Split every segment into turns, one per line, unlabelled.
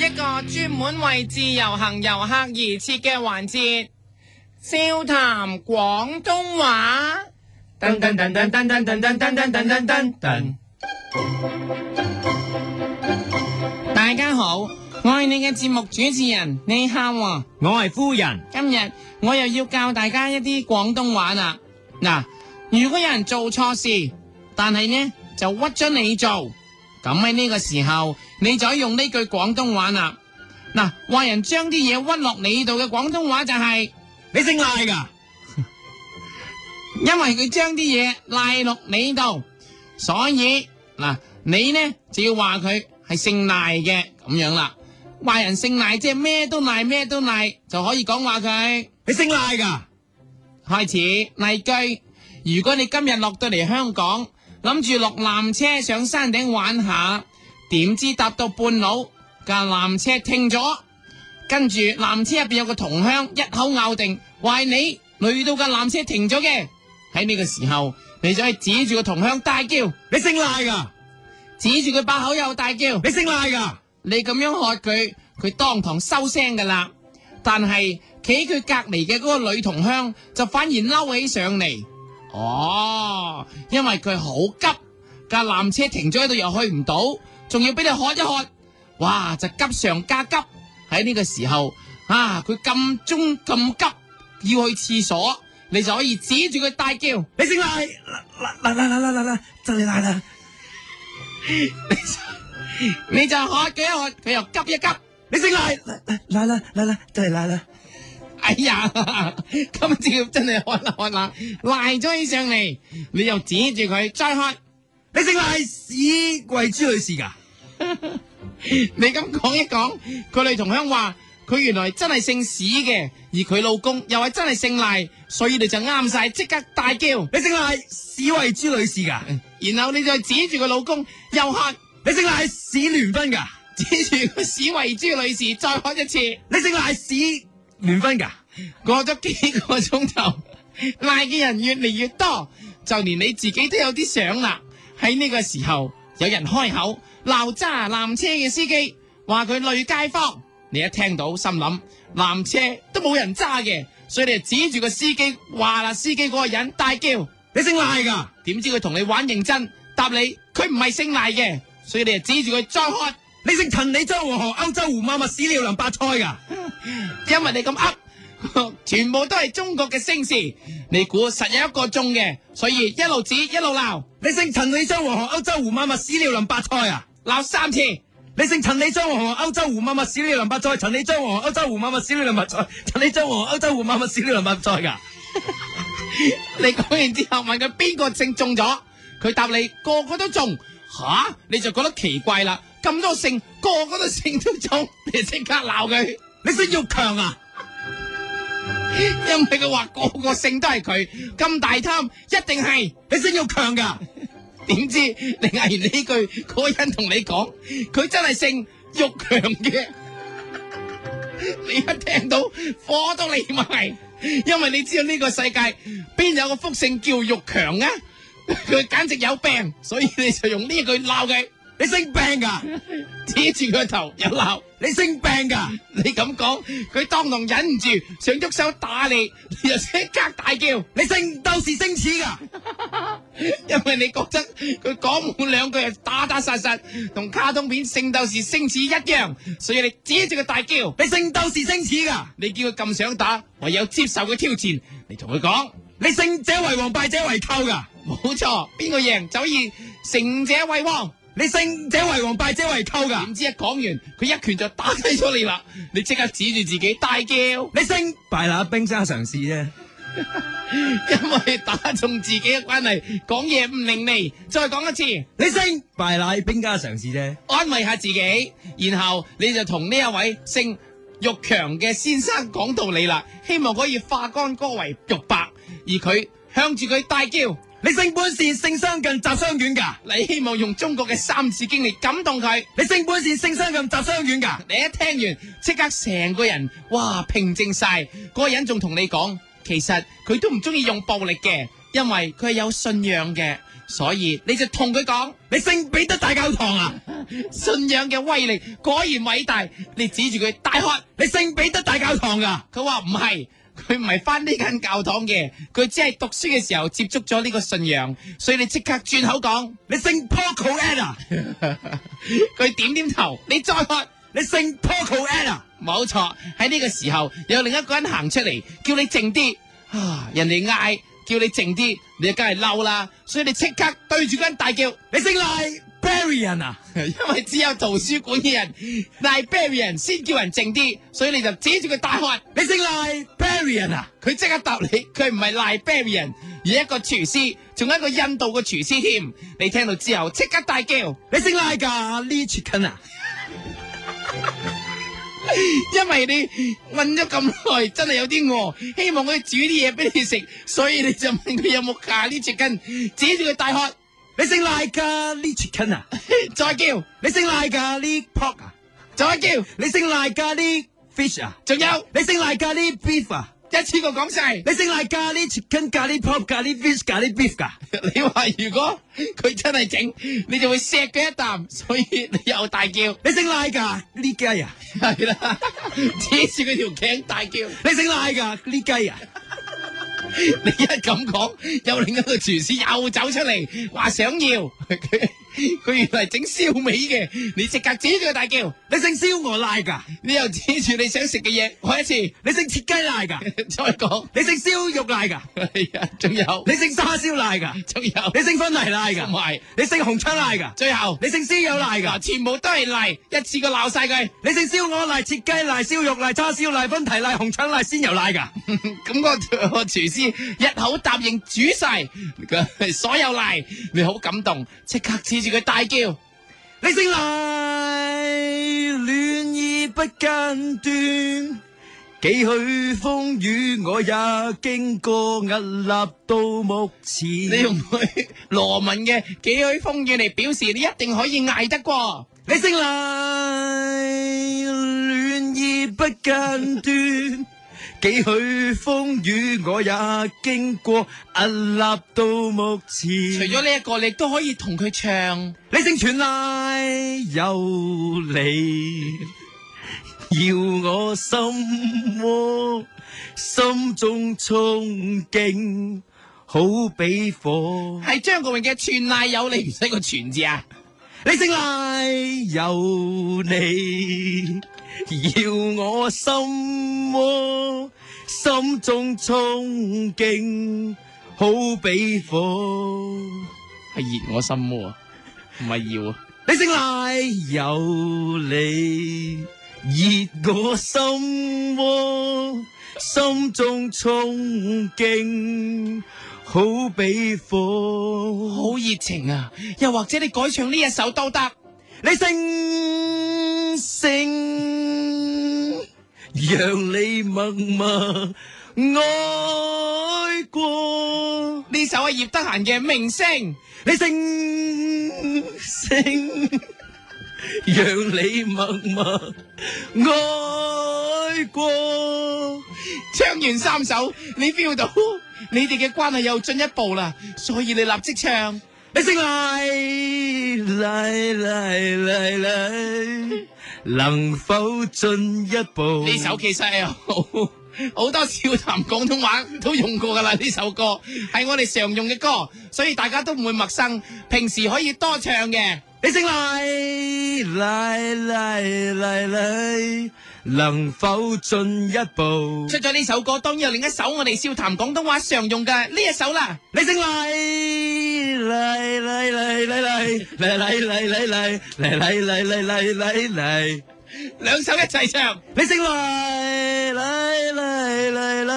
一個專門為自由行遊客而設嘅環節，笑談廣東話。噔噔噔噔噔噔噔噔噔噔噔噔噔。大家好，我係你嘅節目主持人，你好啊！
我係夫人，
今日我又要教大家一啲廣東話啦。嗱，如果有人做錯事，但係呢就屈咗你做，咁喺呢個時候，你就可以用呢句廣東話啦。嗱，話人將啲嘢屈落你度嘅廣東話就係、
你姓賴噶？
因為佢將啲嘢賴落你度，所以嗱你呢就要話佢係姓賴嘅咁樣啦。話人姓賴即係咩都賴咩都賴，就可以講話佢。
你姓賴噶？
開始例句。如果你今日落到嚟香港，諗住落纜車上山頂玩下，點知搭到半路架纜車停咗，跟住纜車入邊有個同鄉一口咬定話係你累到架纜車停咗嘅。喺呢個時候，你就可以指住個同鄉大叫，
你姓賴噶？
指住佢把口又大叫。
你姓賴噶？
你咁樣喝佢，佢當堂收聲噶啦。但係企佢隔離嘅嗰個女同鄉就反而嬲起上嚟。哦，因為佢好急，架纜車停咗喺度又去唔到，仲要俾你喝一喝，哇！就急上加急。喺呢個時候啊，佢咁中咁急要去廁所，你就可以指住佢大叫。
你姓賴？嗱嗱嗱嗱嗱嗱，就你賴啦！
你就喝佢一喝，佢又急一急。
你姓賴？賴啦賴啦，就你賴啦！
哎呀， 今朝真係看啦看啦，賴咗起上嚟，你又指住佢再喝，
你姓賴史貴珠女士噶？
你咁講一講，佢女同鄉話佢原來真係姓史嘅，而佢老公又係真係姓賴，所以你就啱晒，即刻大叫，
你姓賴史慧珠女士噶？
然後你再指住佢老公又喝，
你姓賴史聯芬噶？
指住個史慧珠女士再喝一次，
你姓賴史聯芬噶？
過咗幾個鐘頭，賴嘅人越嚟越多，就連你自己都有啲想啦。喺呢個時候，有人開口鬧揸纜車嘅司機，話佢累街坊。你一聽到，心諗纜車都冇人揸嘅，所以你就指住個司機話啦，司機嗰個人大叫。
你姓賴噶？
點知佢同你玩認真，答你佢唔係姓賴嘅，所以你就指住佢再喝。
你姓陳李張黃河歐洲胡馬密史廖林白菜噶？
因為你咁噏， 全部都係中國嘅姓氏，你估實有一個中嘅，所以一路指一路鬧，
你姓陳李張黃河歐洲胡馬密史廖林白菜啊？
鬧三次。
你姓陳李張黃歐洲胡默默小李林白菜，陳李張黃歐洲胡默默小李林白菜，陳李張黃歐洲胡默默小李林白菜噶。
你講完之後問佢邊個姓中咗，佢答你個個都中，吓你就覺得奇怪啦。咁多姓個個都姓都中， 你即刻鬧佢，
你姓玉強啊？
因為佢話個個姓都係佢，咁大貪一定係。
你姓玉強噶？
點知你嗌完呢句，嗰個人同你講，佢真係姓玉強嘅。 你一聽到火都嚟埋，因為你知道呢個世界邊有個福姓叫玉強啊？佢簡直有病，所以你就用呢句鬧佢，
你姓病噶？
指住佢個頭又鬧。
你姓病噶？
你咁講，佢當堂忍唔住想喐手打你，你就即刻大叫。
你姓鬥士星矢噶？
因為你覺得佢講冇兩句係打打殺殺，同卡通片《聖鬥士星矢》一樣，所以你指住佢大叫，
你姓鬥士星矢噶？
你叫佢咁想打，唯有接受佢挑戰。你同佢講，
你勝者為王，敗者為寇噶？
冇錯，邊個贏就可以勝者為王。
你勝者為王，敗者為寇噶？
點知一講完，佢一拳就打低咗你啦！你即刻指住自己大叫，因
你姓敗那兵家常事啫。
為打中自己嘅關係，講嘢唔伶俐。再講一次。
你姓敗那兵家常事啫。
安慰下自己，然後你就同呢一位姓玉強嘅先生講道理啦，希望可以化干戈為玉帛，而佢向住佢大叫，
你姓本善，性相近，習相遠噶？
你希望用中國嘅三字經嚟感動佢。
你姓本善，性相近，習相遠噶？
你一聽完，即刻成個人哇平靜晒。嗰、個人仲同你講，其實佢都唔中意用暴力嘅，因為佢係有信仰嘅。所以你就同佢講
你聖彼得大教堂啊？
信仰嘅威力果然偉大，你指住佢大喝，
你聖彼得大教堂啊噶？
佢話唔係。佢唔係翻呢間教堂嘅，佢只係讀書嘅時候接觸咗呢個信仰，所以你即刻轉口講，
你聖 Paul a d 啊？
佢點點頭，你再喝，
你聖 Paul a d 啊？
冇錯，喺呢個時候有另一個人行出嚟，叫你靜啲啊！人哋嗌叫你靜啲，你梗係嬲啦，所以你即刻對住嗰人大叫，
你聖 Liberian 啊？
因為只有圖書館嘅人 Liberian 先叫人靜啲，所以你就指住佢大喝。
你聖 Liberian 啊？
佢即刻答你，佢唔係 Liberian，而係一個廚師，仲有一個印度嘅廚師添。你聽到之後即刻大叫。
你聖拉噶 l i c h i c a n 啊？
因為你問咗咁耐，真係有啲餓，希望佢煮啲嘢俾你食，所以你就問佢有冇咖喱 chicken，指住佢大喝，
你聖拉噶 l i c h i c a n 啊？
再叫，
你聖拉噶 l i pork 啊？
再叫，
你聖拉噶 l i fish 啊？
仲有
你聖拉噶 l i beef 啊？
一次過講晒。
你姓賴咖喱 chicken 咖喱 pop 咖喱 fish 咖喱 beef 啊噶？
你話如果佢真係整，你就會錫佢一啖，所以你又大叫，
你姓賴噶呢雞啊？
係啦，指住佢條頸大叫。
你姓賴噶呢雞啊？
你一咁講，有另一個廚師又走出嚟，話想要佢，佢原嚟整燒味嘅，你即刻指住佢大叫，
你姓燒鵝賴噶？
你又指住你想食嘅嘢，我一次
你姓切雞賴噶？
再講，
你姓燒肉賴噶？
係啊，仲有，
你姓叉燒賴噶？
仲有，
你姓婚泥賴
同
噶？
埋
你姓紅槍賴噶？
最後，
你姓燒友賴
嗱，
噶？
全部都係嚟，一次過鬧晒佢，
你姓燒鵝賴切雞賴燒肉賴叉燒賴婚蹄賴紅腸賴鮮油賴噶？
咁個個廚師一口答應煮晒佢所有嚟，你好感動，即刻指住佢大叫。
你姓賴戀意不間斷。幾許風雨我也經過，屹立到目前。
你用佢羅文嘅幾許風雨嚟表示，你一定可以捱得過。
你姓賴，戀意不間斷。幾許風雨我也經過，屹立到目前。
除咗呢一個，你都可以同佢唱。
你姓全賴，有你要我心窩，心中憧憬好比火。
係張國榮嘅《全賴有你》，唔使個全字啊！
你姓賴，有你要我心窩，心中憧憬好比火。
係熱我心窩啊，唔係要啊！
你姓賴，有你熱我心窩，心中憧憬好比火。
好熱情啊！又或者你改唱呢一首都得。
你星星，让你默默爱过。
呢首係葉德嫻嘅《明星》，
你星星，让你默默爱过。
唱完三首，你 feel 到 你哋嘅關係又進一步啦，所以你立即唱。
你姓賴，賴賴賴賴，能否進一步？
呢首其實係好好多笑談廣東話都用過噶啦，呢首歌係我哋常用嘅歌，所以大家都唔會陌生。平時可以多唱嘅，
你姓賴，賴賴賴賴，能否進一步？
出咗呢首歌，當然有另一首我哋笑談廣東話常用嘅呢一首啦。
你姓賴，賴賴賴賴賴賴賴賴賴賴賴賴賴賴賴賴，
兩首一齊唱，
你姓賴，賴賴賴賴，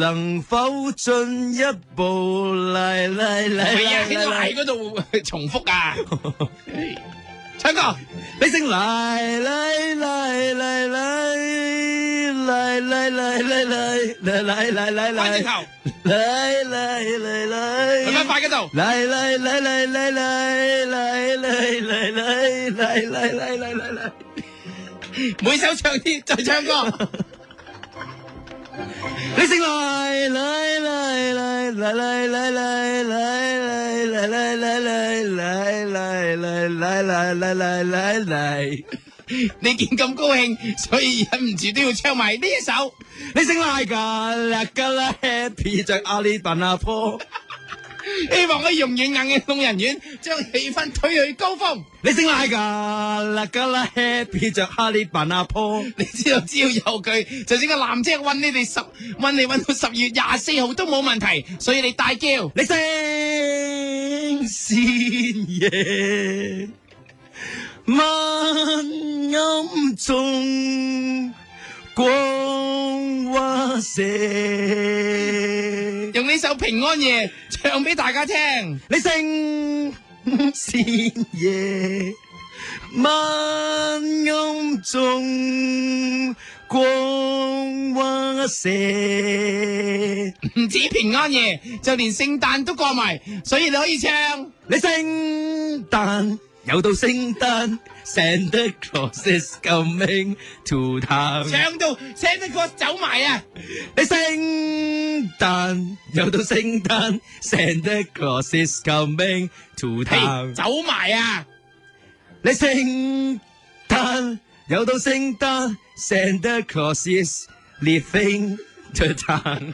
能否進一步？賴賴賴
係啊
賴，
喺度
賴
喺。嗰度 重複啊！唱歌，
你姓賴賴賴賴賴賴賴賴賴賴賴賴賴賴
關
賴
轉頭，
賴賴賴賴
咁樣啊快嗰度。
賴賴賴賴賴賴賴賴賴賴賴賴賴賴賴
每首唱啲，再唱歌。
你姓賴賴賴賴賴賴賴賴賴賴賴賴賴賴賴賴賴賴賴賴賴賴。
你見咁高興，所以忍唔住都要唱埋呢一首。
你姓賴噶，叻噶啦，happy 着阿里笨阿婆。
希望可以用軟硬嘅弄人丸，將氣氛推去高峰。
你姓賴噶，叻噶啦，happy 着阿里笨阿婆。
你知道只要有佢，就算個男仔揾你哋十揾你揾到十月廿四號都冇問題，所以你大叫。
你姓善夜，晚暗中光華射。
用呢首平安夜唱俾大家聽。
你 姓善夜，晚暗中光華射。
唔止平安夜，就連聖誕都過埋，所以你可以唱。
你聖誕又到聖誕，Santa Claus is coming to town。
唱到 Santa Claus 走埋啊！
你聖誕又到聖誕，Santa Claus is coming to
嘿
town。
走埋啊！
你聖誕又到聖誕，Santa Claus is leaving the town。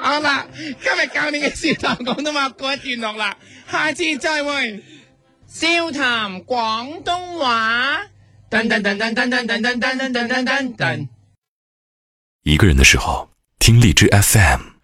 好啦，今日教你嘅笑談廣東話告一段落啦，下次再會。笑談廣東話。噔噔噔噔噔噔噔噔噔噔噔噔噔。
一个人的时候，听荔枝 FM。